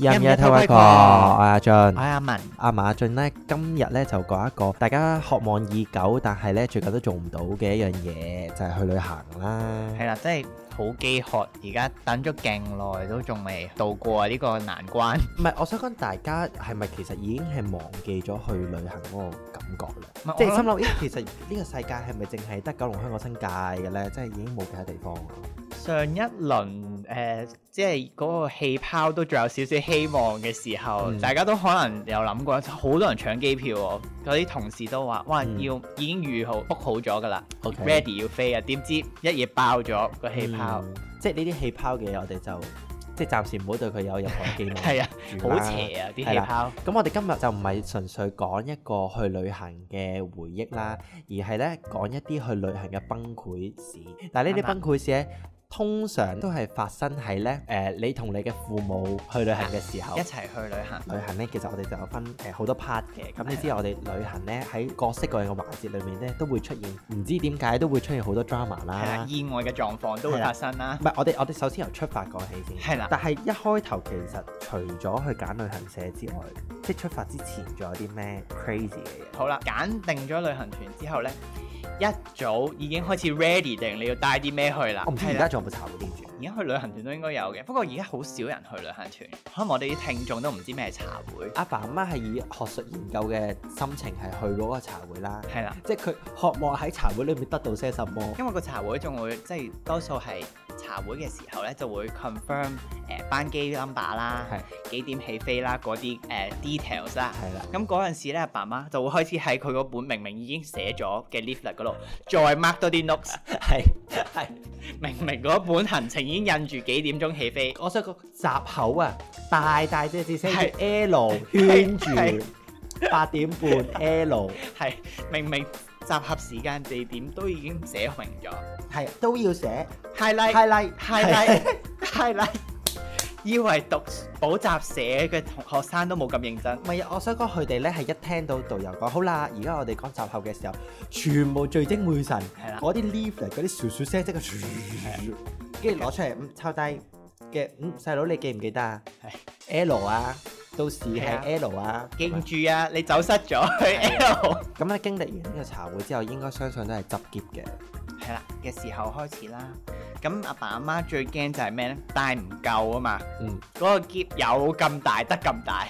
陰一一偷偷一一個，個我係阿俊。我係阿哎文，阿馬俊咧，今日咧就講一個大家渴望已久，但係咧最近都做唔到嘅一樣嘢，就係、去旅行啦。係啦，真係好飢渴，而家等咗勁耐都仲未渡過啊呢個難關。唔係，我想講大家係咪其實已經係忘記咗去旅行嗰個感覺咧？唔 係即係我諗心諗，咦，其實呢個世界係咪淨係得九龍、香港、新界嘅咧？即係已經冇其他地方啦。上一輪誒、呃即係嗰個氣泡都仲有少少希望嘅時候，嗯大家都可能有諗過，好多人搶機票喎。嗰啲同事都話：哇，嗯要已經預好 book 好咗㗎啦 OK ready 要飛啊！點知一夜爆咗個氣泡，嗯即係呢啲氣泡嘅嘢，我哋就即係暫時唔好對佢有任何寄望。係啊，好邪啊！啲嗯係氣啦泡，咁我哋今日就唔係純粹講一個去旅行嘅回憶啦，而係咧講一啲去旅行嘅崩潰史。但係呢啲啱啊崩潰史咧，通常都係發生喺咧誒你同你嘅父母去旅行嘅時候一。齊去旅行。旅行咧，其實我哋就有分誒好、多 part 嘅。咁你啊知我哋旅行咧喺各式各樣嘅環節裏面咧，都會出現唔知點解都會出現好多 drama 係啊啦啦，。意外嘅狀況都會發生啦啊唔。係，我哋我哋首先由出發講起先。係啦但係一開頭其實除咗去揀旅行社之外，即係出發之前仲有啲咩 crazy 嘅嘢？好啦，揀定咗旅行團之後呢，一早已經開始 ready 定你要帶啲咩去啦。哦我唔知啊係而啦家仲有冇茶會店住。而家去旅行團都應該有嘅，不過而家好少人去旅行團，可能我哋啲聽眾都唔知咩係茶會。阿爸阿媽係以學術研究嘅心情係去嗰個茶會啦，係啦，即係佢渴望喺茶會裏面得到些什麼。因為個茶會仲會即係多數係茶會嘅時候呢，就會 confirm 誒、呃班機 number 啦，係幾點起飛啦，嗰啲誒 details 啦。係啦，咁嗰陣時咧，阿爸媽就會開始喺佢嗰本明明已經寫咗嘅 leaflet 嗰度，再 mark 多啲 notes。 係係。明明嗰本行程已經印住幾點鐘起飛，我想講閘口啊，大大隻字寫住 L 圈係住八點半 L，係明明集合時間地點都已經寫明咗。係都要寫 highlight highlight highlight highlight，以為讀補習社嘅同學生都冇咁認真唔。係啊，我想講佢哋咧係一聽到導遊講好啦，而家我哋講集合嘅時候，全部聚精會神，係啦嗰啲 leaflet 嗰啲簌簌聲即係，啊跟住攞出嚟嗯抄低嘅，嗯細佬你記唔記得啊？L 啊，到時係 L 啊，記住啊，你走失咗 去 L。咁咧經歷完呢個茶會之後，應該相信都係執劫嘅，係啦嘅時候開始啦。咁阿爸阿媽最驚就係咩呢？帶唔夠啊嘛。嗯，嗰個箧有咁大得咁大，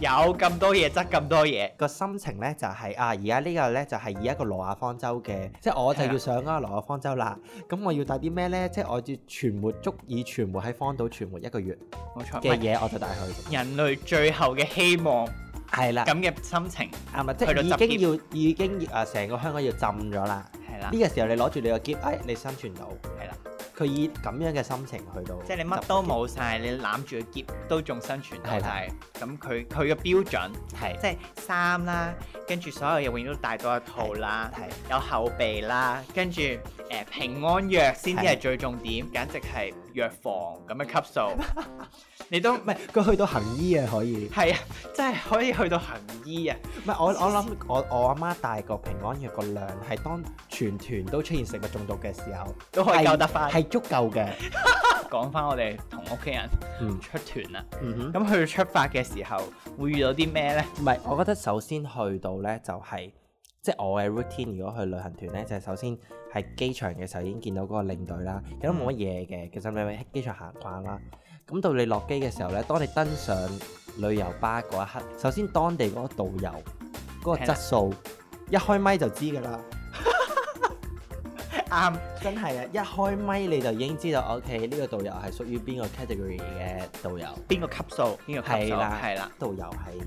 有咁多嘢得咁多嘢。個心情咧就係、啊，而家呢個咧就係、以一個羅亞方舟嘅，即係我就要上嗰個羅亞方舟啦，咁我要帶啲咩咧？即係我要存活足以存活喺荒島存活一個月。冇錯，嘅唔係嘢我就帶去。人類最後嘅希望係啦，咁嘅心情啱啦，即去到係執已經要已經要啊，成個香港要浸咗啦。係啦呢，個時候你攞住你個箧，哎，你生存到。係啦，佢以咁樣嘅心情去到，即係你乜都。冇晒，你攬住個箧都仲生存到係啦晒。咁佢佢嘅標準。係即係衫啦，跟住所有嘢永遠都帶到一套啦，係有後備啦，跟住誒平安藥先至係係最重點，簡直係藥房咁嘅級數， 你都唔係佢去到行醫啊？可以。係啊，真係可以去到行醫啊，唔係我我諗我我阿媽帶個平安藥個量係當全團都出現食物中毒嘅時候，都可以係救得翻。係足夠嘅。講翻我哋同屋企人嗯出團啦，嗯哼。咁去出發嘅時候會遇到啲咩呢？唔係，我覺得首先去到呢就係、即係我嘅 routine。如果去旅行團呢，就係、首先喺機場嘅時候已經見到嗰個領隊啦，其實都冇乜嘢嘅。其實你咪喺機場行慣啦。咁到你落機嘅時候呢，當你登上旅遊巴嗰一刻，首先當地嗰個導遊嗰、個係質啦素，一開咪就知㗎啦。啱，真係啊！一開咪你就已經知道，OK 呢個導遊係屬於邊個 category 嘅導遊。邊個級數？邊個級數？係啦係啦，導遊係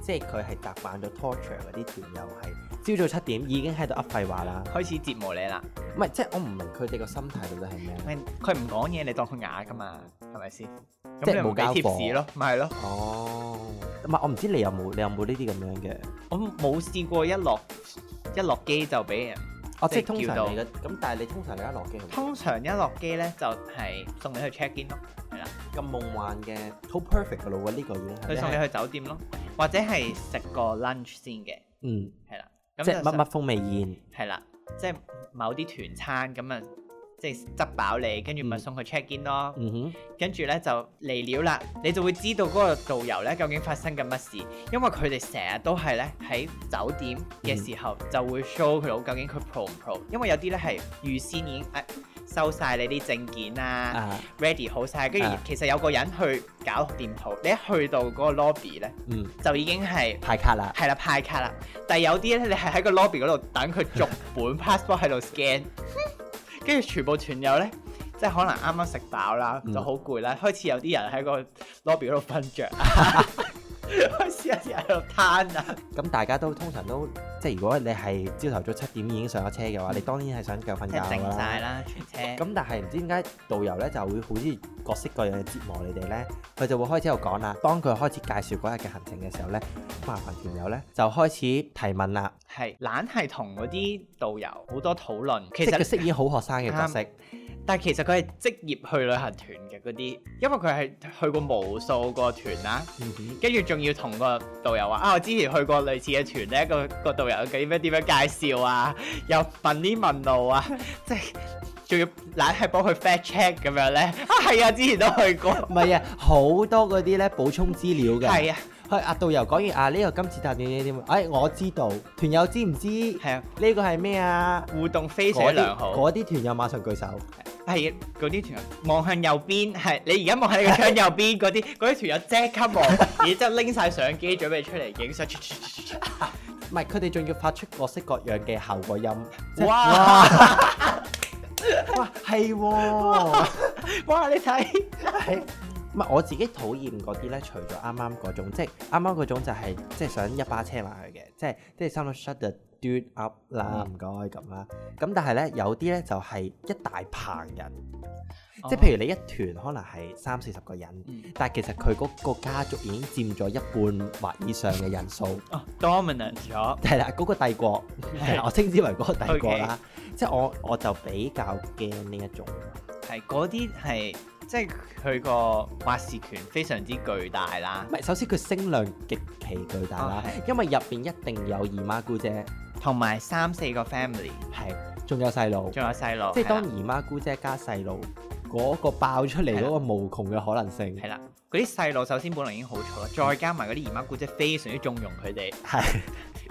即係佢係習慣咗 torture 嗰啲團友係朝早七點已經喺度噏廢話啦，開始折磨你啦。唔係即係我唔明佢哋個心態到底係咩？喂佢唔講嘢，你當佢啞噶嘛？係咪先？即咁係你冇冇俾交貨貼士咯，咪係咯。哦，唔係我唔知你有冇你有冇呢啲咁樣嘅？我冇試過一落一落機就俾人。哦，即係即係通叫常到你嘅咁，但係你通常你一落機好通常一落機咧就係、送你去 check in 咯，咁夢幻嘅，好 perfect 嘅咯喎，呢個已經佢送係你去酒店咯，或者係食個 lunch 先嘅，嗯，係啦。咁即就係乜乜風味宴係啦，即係某啲團餐咁啊，即係執飽你，跟住咪送去 check in 咯。嗯哼，跟住咧就嚟了啦，你就會知道嗰個導遊咧究竟發生緊乜事，因為佢哋成日都係咧喺酒店嘅時候就會 show 佢老究竟佢 pro 唔 pro，因為有啲咧係預先已經呃收晒你啲證件啊啊， ready 好晒，跟住啊其實有個人去搞掂圖，你一去到嗰個 lobby 咧嗯，就已經係。派卡啦，係啦，派卡啦，但係有啲咧，你係喺個 lobby 嗰度等佢逐 本 passport 喺度 scan，跟住全部團友咧，即係可能啱啱食飽啦，嗯就好攰啦，開始有啲人喺個 lobby 嗰度 瞓着，開始有啲人喺度攤啊，咁大家都通常都即係如果你係朝頭早七點已經上咗車嘅話，你當然係想夠瞓即覺嗯係㗎靜晒啦。啦，全車。咁但係唔知點解導遊咧就會好似各式各樣嘅折磨你哋咧，佢就會開始喺度講啦。當佢開始介紹嗰日嘅行程嘅時候咧，麻煩團友咧就開始提問啦，係懶係同嗰啲導遊好多討論，即其係佢實飾演好學生嘅角色。但係其實佢係職業去旅行團嘅嗰啲，因為佢係去過無數個團啦。嗯哼跟住仲要同個導遊話啊，我之前去過類似嘅團咧，個個導遊點樣點樣介紹啊，又問呢問路啊， 即係仲要懶係幫佢 fact check 咁樣咧。 啊，係啊，之前都去過，唔係啊，好多嗰啲咧補充資料嘅。係啊，去啊導遊講完啊呢、個今次搭點點點，哎我知道，團友知唔知係啊，呢個係咩啊？互動非嗰常啲良好。嗰啲團友馬上舉手，係啊嗰啲團友望向右邊，係你而家望喺你個窗右邊 嗰啲，嗰啲團友即刻望， 然之後拎晒相機準備出嚟影相。唔係佢哋仲要發出各式各樣嘅效果音。即係哇！哇，係喎， 哇！你睇，係唔係我自己討厭嗰啲咧？除咗啱啱嗰種，即係啱啱嗰種就係即係想一巴車埋去嘅，即係即係心諗 shut the dude up 啦，唔該咁啦。咁但係咧有啲咧就係一大棚人，哦即係譬如你一團可能係三四十個人。如但係其實佢嗰個家族已經佔咗一半或以上嘅人數， 哦 dominant 咗，係啦，嗰、個帝國，係啦我稱之為嗰個帝國啦。即係我我就比較驚呢一種，係嗰啲係即係佢個話事權非常之巨大啦唔，係首先佢聲量極其巨大啦啊，係因為入邊一定有姨媽姑姐，同埋三四個 family，係仲有細路，仲有細路，即係當係啦啊姨媽姑姐加細路嗰個爆出嚟嗰個無窮嘅可能性係啦，嗰啲細路首先本來已經好嘈啦，再加埋嗰啲姨媽姑姐非常之縱容佢哋嗯係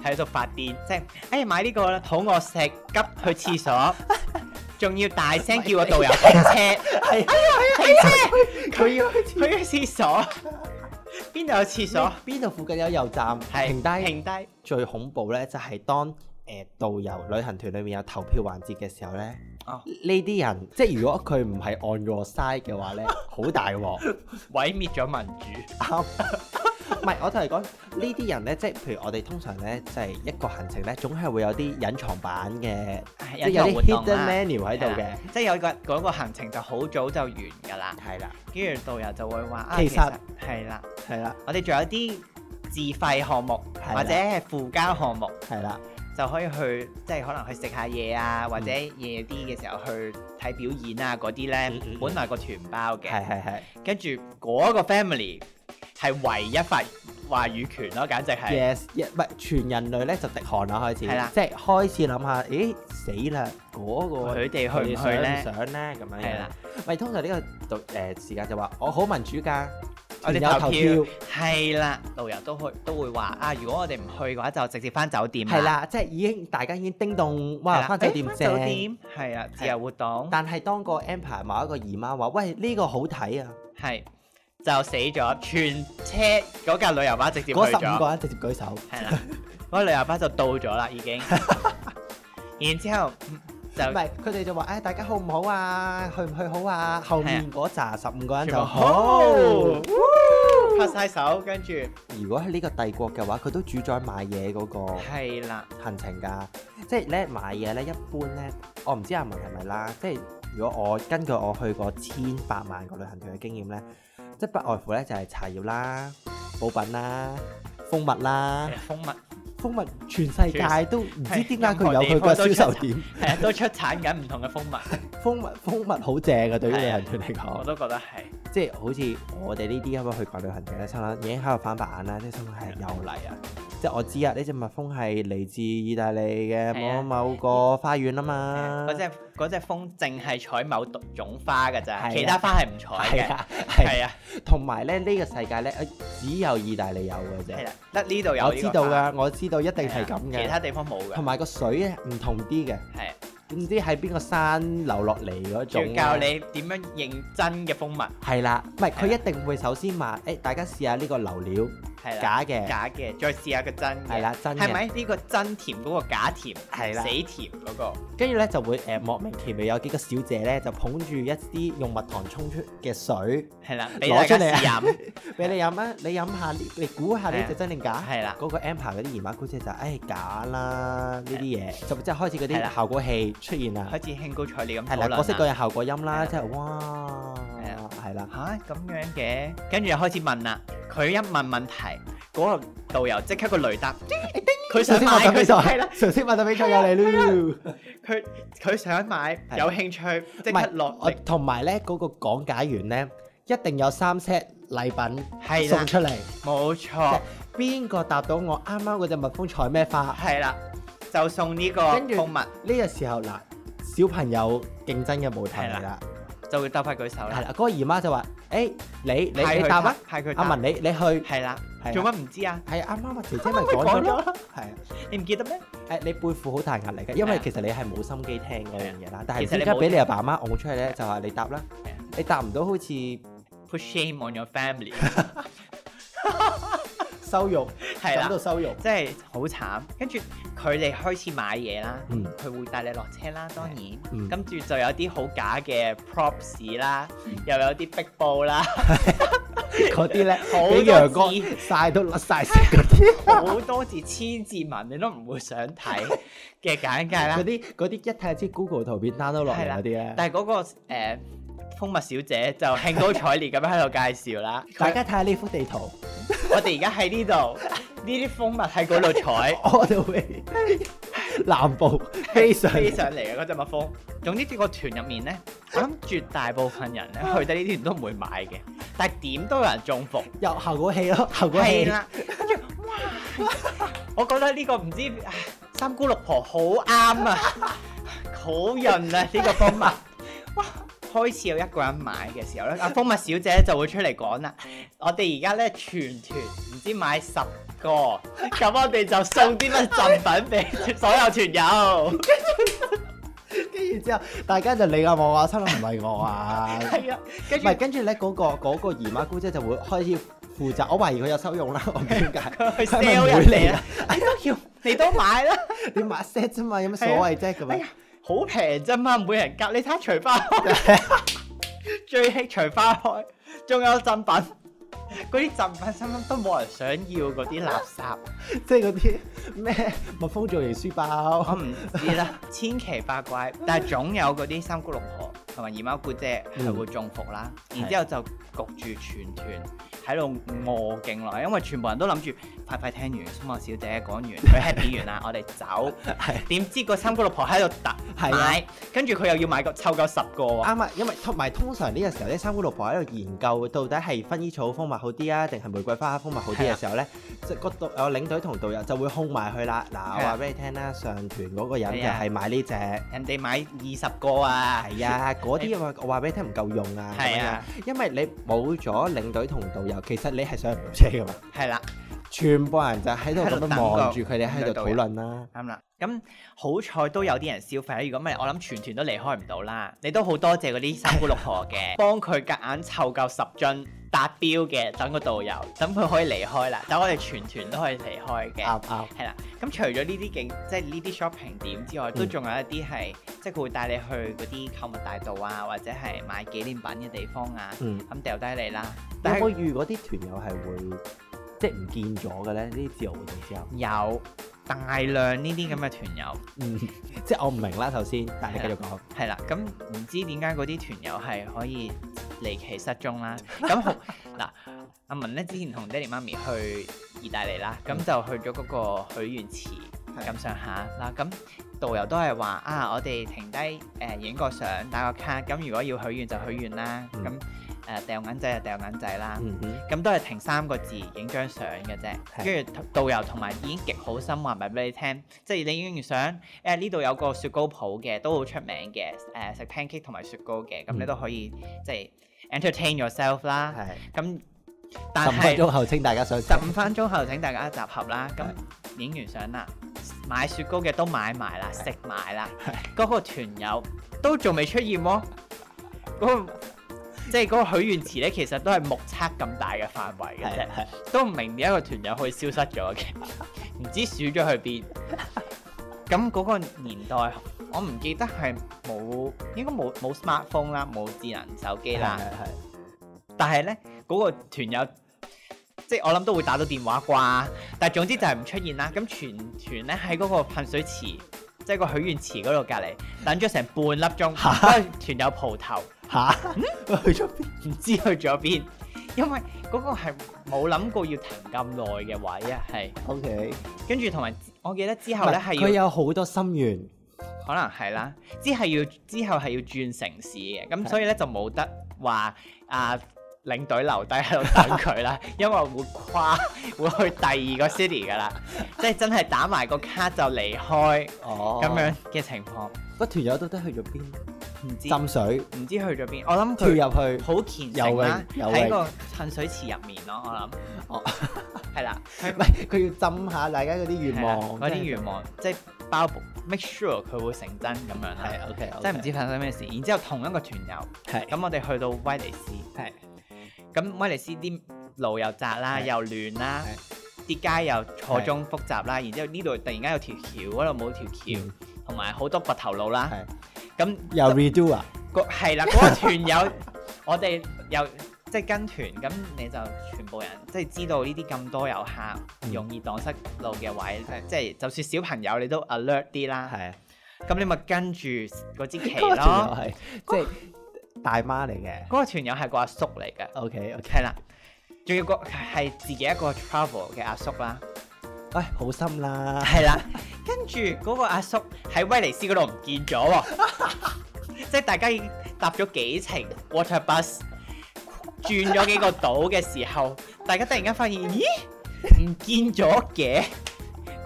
喺度發癲，即係哎買呢個啦，肚餓食，急去 廁所，仲要大聲叫個導遊停車，係啊停車，佢要去佢去廁所，邊度有廁所？邊度附近有油站係停低。停低。最恐怖咧，就係當誒導遊旅行團裏面有投票環節嘅時候咧，哦呢啲人即係如果佢唔係 on your side 嘅話咧，好大鑊。毀滅咗民主， 啱唔係，我同你講，呢啲人咧，即係譬如我哋通常咧，即係一個行程咧，總係會有啲隱藏版嘅，即係有人道啲活動啊 hidden 啦 menu 喺度係嘅啦，即係有個嗰個行程就好早就完㗎啦。係啦，跟住導遊就會話啊，其其實實係啦，係啦，我哋仲有啲自費項目係啦或者係附加項目，係啦，就可以去即係可能去食下嘢啊，嗯或者夜啲嘅時候去睇表演啊嗰啲嗯呢嗯嗯，本來個團包係嘅，係係跟住嗰個 family 係唯一發話語權咯，簡直係，yes，一唔係全人類咧就滴汗啦開始，係啦即係開始諗下，咦死啦，嗰個佢哋去唔去佢哋呢？想唔想咧？咁樣係樣啦。，喂，通常呢個讀誒時間就話我好民主㗎，我哋團友投票係啦，導遊都去都會話啊，如果我哋唔去嘅話，就直接翻酒店係，啦，即係已經大家已經叮咚，哇係啦翻酒誒店返酒正。店係啦，自由活動。但係當個 Empire 某一個姨媽話：喂，呢、個好睇啊！係就死咗，全車嗰架旅遊巴直接去嗰十五咗，個人直接舉手，係啦，嗰個旅遊巴就到咗啦已經。然之後嗯就唔係佢哋就話：誒、大家好唔好啊？去唔去好啊？後面嗰扎十五個人全就部好。拍晒手，跟住如果喺呢個帝國嘅話，佢都主宰買嘢嗰個係啦，行程㗎，即係咧買嘢咧，一般咧，我唔知阿文係咪啦，即係如果我根據我去過千百萬個旅行團嘅經驗咧，即係不外乎咧就係茶葉啦、補品啦、蜂蜜啦。蜂蜜蜂蜜全世界都唔知點解佢有佢任個何地方都銷售點。係啊都出產緊唔同嘅蜂蜜，蜂蜜蜂蜜好正啊，對於旅行團嚟我講，都覺得係即係好似我哋呢啲咁樣去過旅行團咧，心諗已經喺度反白眼啦，即係心諗係又嚟啊！即係我知啊，呢只蜜蜂係嚟自意大利嘅係某啊某個花園啊嘛。嗰隻嗰隻蜂淨係採某種花㗎係咋，啊其他花係唔採係嘅。啊，係係啊，同埋咧，呢個世界咧，只有意大利有嘅係啫。啦，得呢度有我呢知個道花，㗎，我知道一定係咁其嘅。他地方冇同㗎。埋個水唔同啲嘅，係，唔知喺邊個山流落嚟嗰種仲呢。教你點樣認真嘅蜂蜜，係啦，唔係佢係啦一定會首先話，誒、大家試下呢個流料係啦，假嘅，假嘅，再試下個真係嘅。啦真係咪嘅，呢個真甜嗰個假甜？係啦死甜嗰個。跟住咧就會誒、莫名其妙有幾個小姐咧就捧住一啲用蜜糖沖出嘅水係啦，俾大攞出家嚟試啊飲。，俾你飲啊，你飲下呢，你估下呢只真定假？係啦，嗰個 a m p e r 嗰啲姨媽姑姐就誒、假啦呢啲嘢，就即係開始嗰係啦啲效果器出現啦，開始興高采烈咁係討啦，論各式各啦。樣效果音係啦，啦即係哇係啊，係啦，吓咁樣嘅，跟住又開始問啦。佢一問問題，嗰個導遊即刻個雷達，佢想上買先買到佢比就係賽啦，，上先買到比賽有你咯。佢佢想買，係有興趣即唔刻係落我力，同埋咧嗰個講解員咧，一定有三 set 禮品係啦送，出嚟。冇錯，邊個答到我啱啱嗰隻蜜蜂採咩花？係啦，就送呢個跟住蜂蜜，呢個時候嗱，小朋友競爭嘅舞台嚟啦，就會兜翻舉手係啦啦。，嗰個姨媽就話：，誒你你派你佢答啊，派佢阿答文，你你去係啦，係做啦乜唔知啊？係啱啱啊，姐姐咪啱啱講咪咗講咗咯，係啊你唔記得咩？誒你背負好大壓力嘅，因係為啊其實你係冇心機聽嗰樣嘢啦，但係其實即你刻冇俾聽你阿爸阿媽㧬出去咧，就話你答啦係啊，你答唔到好似 Put shame on your family，羞辱，感係啦到，羞辱，真係好慘。跟住佢哋開始買嘢啦，嗯佢會帶你落車啦，當然。嗯跟住就有啲好假嘅 props 啦嗯，又有啲壁 布啦，嗰啲咧好俾多陽光字晒都甩晒色嗰啲。好多字千字文，你都唔會想睇 嘅簡介啦嗰。啲嗰啲一睇就知 Google 圖片 download 落嚟啊嗰啲咧。但係嗰個誒蜂蜜小姐就興高采烈咁樣喺度介紹啦。大佢家睇下呢幅地圖我哋而家喺呢度，呢啲蜂蜜喺嗰度採。 ，all the way 南部非常飛上嚟嘅嗰只蜜蜂。總之呢個團入面咧，我諗絕大部分人咧去得呢啲團都唔會買嘅，但係點都有人中伏。有效果器咯，效果器係啦，跟住哇！我覺得呢個唔知唉三姑六婆好啱啊，好潤啊呢個蜂蜜。哇！開始有一個人買嘅時候咧，阿蜂蜜小姐就會出嚟講啦。我哋而家咧全團唔知買十 個，咁我哋就送啲乜贈品俾所有團友。跟住之後大家就你啊我啊，心諗唔係我啊，係啊，跟唔住係跟住咧嗰個嗰個姨媽姑姐就會開始負責，我懷疑佢有收佣啦， 我唔啊知點解 佢去佢咪 sell 唔人會哋嚟啊啊，！ 你都要，你都買啦，你買 set 啫嘛，有乜所謂啫咁哎樣呀？，好平啫嘛，每人夾你睇下除花開， 最興除花開，仲有贈品，嗰啲贈品心諗都冇人想要嗰啲垃圾，即係嗰啲咩蜜蜂造型書我包，唔知 啦，千奇百怪，但係總有嗰啲三姑六婆同埋姨媽姑姐係會中伏啦，嗯然之後就焗住全團。喺度餓勁耐，因為全部人都諗住快快聽完，蘇望小姐講完，佢 happy 完啦，我哋走。 係點知個三姑六婆喺度揼係啊。買，跟住佢又要買個湊夠十個喎。啱啊，因為同埋通常呢個時候咧，三姑六婆喺度研究到底係薰衣草蜂蜜好啲啊，定係玫瑰花蜂蜜好啲係啊嘅時候咧，即係個導有領隊同導遊就會控埋佢啦。嗱，我係啊話俾你聽啦，上團嗰個人係就啊係買呢只，人哋買二十個啊，係啊，嗰啲我我話俾你聽唔夠用啊，係啊咁樣，因為你冇咗領隊同導遊，其實你係上唔到車噶嘛，係啦，全部人就喺度喺度咁等個樣望住佢哋喺領度隊導討遊論啦。啱啦。咁好彩都有啲人消費，如果唔係我諗全團都離開唔到啦。你都好多謝嗰啲三姑六婆 嘅，幫佢夾硬湊夠十樽達標嘅，等個導遊，等佢可以離開啦，等我哋全團都可以離開嘅。啱啱，係啦，咁除咗呢啲景，即係呢啲 shopping 點之外，都嗯仲有一啲係，即係佢會帶你去嗰啲購物大道啊，或者係買紀念品嘅地方啊，嗯，咁掉低你啦。有但係冇遇嗰啲團友係會即係唔見咗嘅咧？呢啲自由活動之後？有大量呢啲咁嘅團友，嗯， 即係我唔明啦，首先，但係你繼續講。係啦，咁唔知點解嗰啲團友係可以離奇失蹤啦。咁好嗱，阿文咧之前同爹哋媽咪去意大利啦，咁就去咗嗰個許願池係咁上下啦。咁導遊都係話啊，我哋停低誒影個相，打個卡。咁如果要許願就許願啦。嗯咁誒、誒掉銀仔就掉銀仔啦。嗯哼，咁都係停三個字影張相嘅啫，係跟住導遊同埋已經極好心話埋俾你聽，即係你影完相，誒呢度有個雪糕鋪嘅，都好出名嘅，誒、食 pancake 同埋雪糕嘅，咁你嗯都可以即係 entertain yourself 啦。係咁但十五分係鐘後請大家上車十五分鐘後請大家集合啦，咁影完相啦，買雪糕嘅都買埋啦，食埋啦，嗰個團友都仲未出現喎，嗰個即係嗰個許願池咧，其實都係目測咁大嘅範圍嘅係。啫係都唔明點解個團友可以消失咗嘅，唔知鼠咗去邊。咁嗰個年代，我唔記得係冇，應該冇冇 smartphone 啦，冇智能手機啦。係係但係呢，嗰、個團友，即係我諗都會打到電話啩。但係總之就係唔出現啦。咁全團呢喺嗰個噴水池，即係個許願池嗰度隔離等咗成半粒鐘，嗰個團友蒲頭。 吓去咗邊？唔知去咗邊，因為嗰個係冇諗過要停咁耐嘅位啊，係 O K，跟住同埋我記得之後咧係佢要有好多心願，可能係啦，之係要之後係要轉城市嘅，咁係所以咧就冇得話啊領隊留低喺度等佢 啦，因為會跨 會去第二個 city 噶啦，即係真係打埋個卡就離開哦咁樣嘅情況，個團友到底去咗邊？唔知浸水唔知去咗邊，我諗跳佢。入去，好虔誠啦，游泳游泳喺個噴水池入面咯，我諗。哦， 係啦，唔係佢要浸下大家嗰啲 願望，係啦嗰啲願望，即係包保 make sure 佢會成真咁樣啦。係啊 O K，真係唔知發生咩事。然之後同一個團友，係咁我哋去到威尼斯，係咁威尼斯啲路又窄啦，係又亂啦，啲街又錯綜複雜啦。然之後呢度突然間有條橋，嗰度冇條嗯橋，同埋好多拔頭路啦。係咁又 redo à? 啊？個係啦，嗰、個團友，我哋又即係跟團，咁你就全部人即係知道呢啲咁多遊客嗯容易蕩失路嘅位，即係就算小朋友你都 alert 啲啦。係啊，咁你咪跟住 嗰支旗嗰個團友咯。係即係大媽嚟嘅。嗰個團友係個阿叔嚟嘅， O K O K，係啦，仲要個係自己一個 travel 嘅阿叔啦，喂，好心啦，係啦。跟住嗰個阿叔喺威尼斯嗰度唔見咗喎， 即係大家已經搭咗幾程 water bus，轉咗幾個島嘅時候， 大家突然間發現，咦，唔見咗嘅，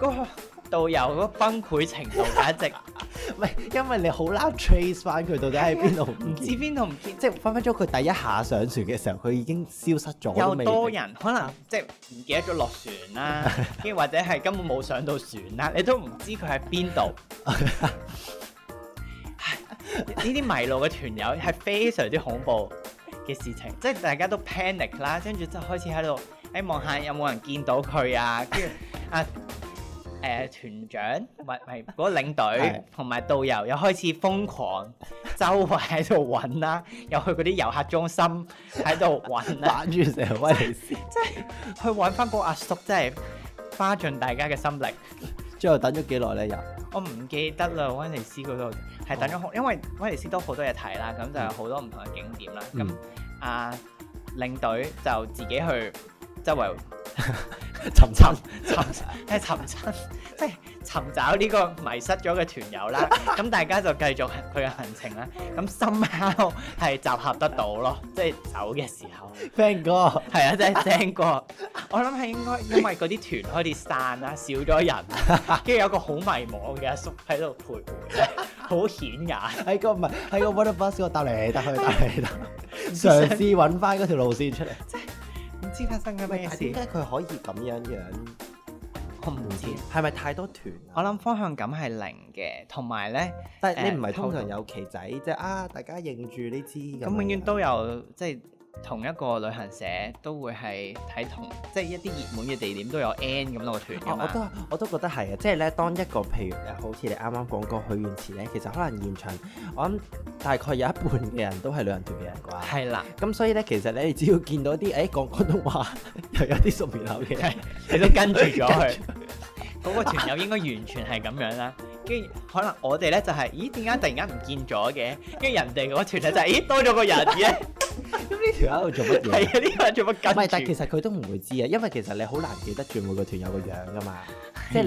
嗰、個導遊嗰個崩潰程度簡直唔係因為你好難 trace 翻佢到底喺邊度，唔知邊度唔見。即係分分鐘佢第一下上船嘅時候，佢已經消失咗，都又未啊多人，可能即係唔記得咗落 船啦，跟住或者係根本冇上到船啦，你都唔知佢喺邊度。呢 啲迷路嘅團友係非常之恐怖嘅事情，即係大家都 panic 啦，跟住就開始喺度誒望下有冇人見到佢啊，跟住啊誒、團長唔係唔係嗰個係領隊同埋導遊又開始瘋狂周圍喺度揾啦，又去嗰啲遊客中心喺度揾啦。玩住成日威尼 斯，去揾翻個阿叔，真係花盡大家嘅心力。最後等咗幾耐咧又？我唔記得啦，威尼斯嗰度係等咗好，因為威尼斯都好多嘢睇啦，咁就有好多唔同嘅景點啦。咁、嗯啊，領隊就自己去周圍沉沉尋即係尋親， 即係尋找呢個迷失咗嘅團友啦。咁大家就繼續佢嘅行程啦。咁深烤係集合得到咯，即係走嘅時候。 friend 哥，係啊，真 係正過。我諗係應該因為嗰啲團開始散啦，少咗 人，跟住有個好迷茫嘅阿叔喺度徘徊，好顯眼。喺個唔係喺個 water bus 嗰度搭嚟搭去搭嚟搭去，嘗試揾翻嗰條路線出嚟。唔知發生緊喂咩但係點事？解佢可以咁樣樣？我唔知。係咪太多團啊？我諗方向感係零嘅，同埋咧，但係你唔係誒通通常常有旗仔，即係啊，大家認住呢支咁樣。咁永遠都有即係同一個旅行社都會係睇同即係一啲熱門嘅地點都有 N 咁多個團㗎哦，我嘛。都我都覺得係啊，即係咧，當一個譬如好似你啱啱講過許願池咧，其實可能現場我諗大概有一半嘅人都係旅行團嘅人 啩。係啦，咁所以咧，其實咧，你只要見到啲誒講 廣東話又有啲熟面口 嘅人，你都 跟住咗佢。嗰個團友應該完全係咁樣啦，跟住可能我哋咧就係、咦點解突然間唔見咗嘅？跟住人哋嗰團咧就係、咦多咗個人 嘅，咁呢條友喺度做乜係嘢？啊呢個人做乜唔係，但其跟住？ 實佢都唔會知啊，因為其實你好難記得住每個團友個樣噶嘛。即係係嘅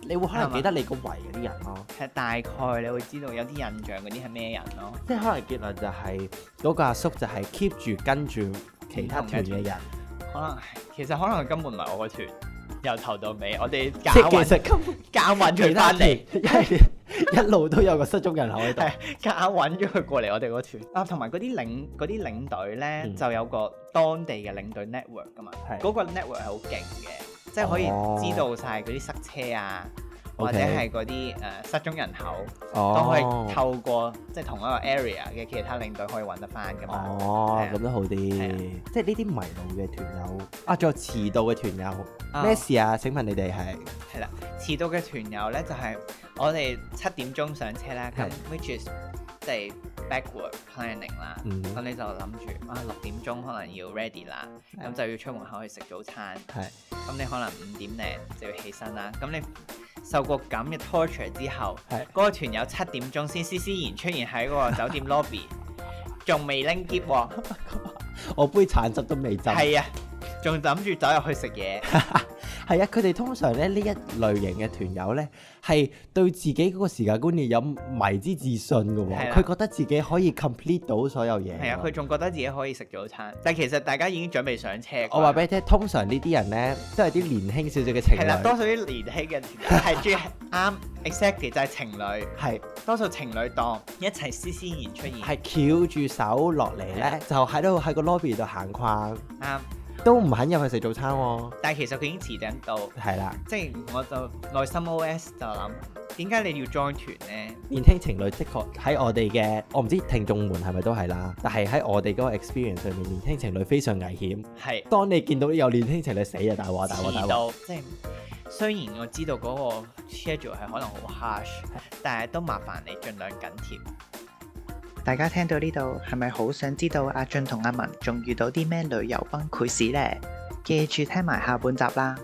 你你會可啱能啊記得你個圍嗰啲人咯，係大概你會知道有啲印象嗰啲係咩人咯。即係可能結論就係嗰個阿叔就係 keep 住跟住其嗯他團嘅人，可能其實可能根本唔係我個團，由頭到尾我哋即假係運其實根本假運佢翻嚟，其他團 一一路都有個失蹤人口喺係度，假揾咗佢過嚟我哋個團啊，同埋嗰啲領嗰啲領隊咧、嗯就有個當地嘅領隊 network 噶嘛，係嗰個 network 係好勁嘅，即係可以哦知道晒嗰啲塞車啊。 OK 或者係嗰啲呃誒失蹤人口，都可以哦，透過即係同一個 area 嘅其他領隊可以揾得翻噶嘛。哦係，啊咁都好啲，係啊即係呢啲迷路嘅團友啊，仲有遲到嘅團友，啊咩事啊？請問你哋係遲到嘅團友咧，就係、我哋七點鐘上車啦，咁係 which is 即係 backward planning 啦。嗯咁你就諗住啊六點鐘可能要 ready 啦，係咁就要出門口去食早餐。係咁你可能五點零就要起身啦。咁你受過咁嘅 torture 之後，係嗰個團友七點鐘先斯斯然出現喺嗰個酒 店 lobby，仲未拎結喎，我杯橙汁都未浸。係啊，仲諗住走入去食嘢，係啊，佢哋通常咧呢一類型嘅團友咧，係對自己嗰個時間觀念有迷之自信嘅喎、係啊佢覺得自己可以 complete 到所有嘢。係啊，佢仲覺得自己可以食早餐，但其實大家已經準備上車。我話俾你聽，通常呢啲人咧都係啲年輕少少嘅情係啦，侶，多數啲年輕嘅團友係中意 啱 exactly 就係情侶，係多數情侶檔一齊斯斯然出現，係翹住手落嚟係啊咧，就喺度喺個 lobby 度行逛，啱。都唔肯入去食早餐喎、但係其實佢已經遲緊到，係啦，即係我就內心 OS 就諗點解你要 join 團呢？年輕情侶的確喺我哋嘅，我唔知聽眾們係咪都係啦，但係喺我哋嗰個 experience 上面，年輕情侶非常危險。係當你見到有年輕情侶死啊，大鑊大鑊大遲鑊！到，即係雖然我知道嗰個 schedule 係可能好 harsh，但係都麻煩你盡量緊貼。大家聽到呢度，係咪好想知道阿俊同阿文仲遇到啲咩旅遊崩潰事呢？記住聽埋下半集啦！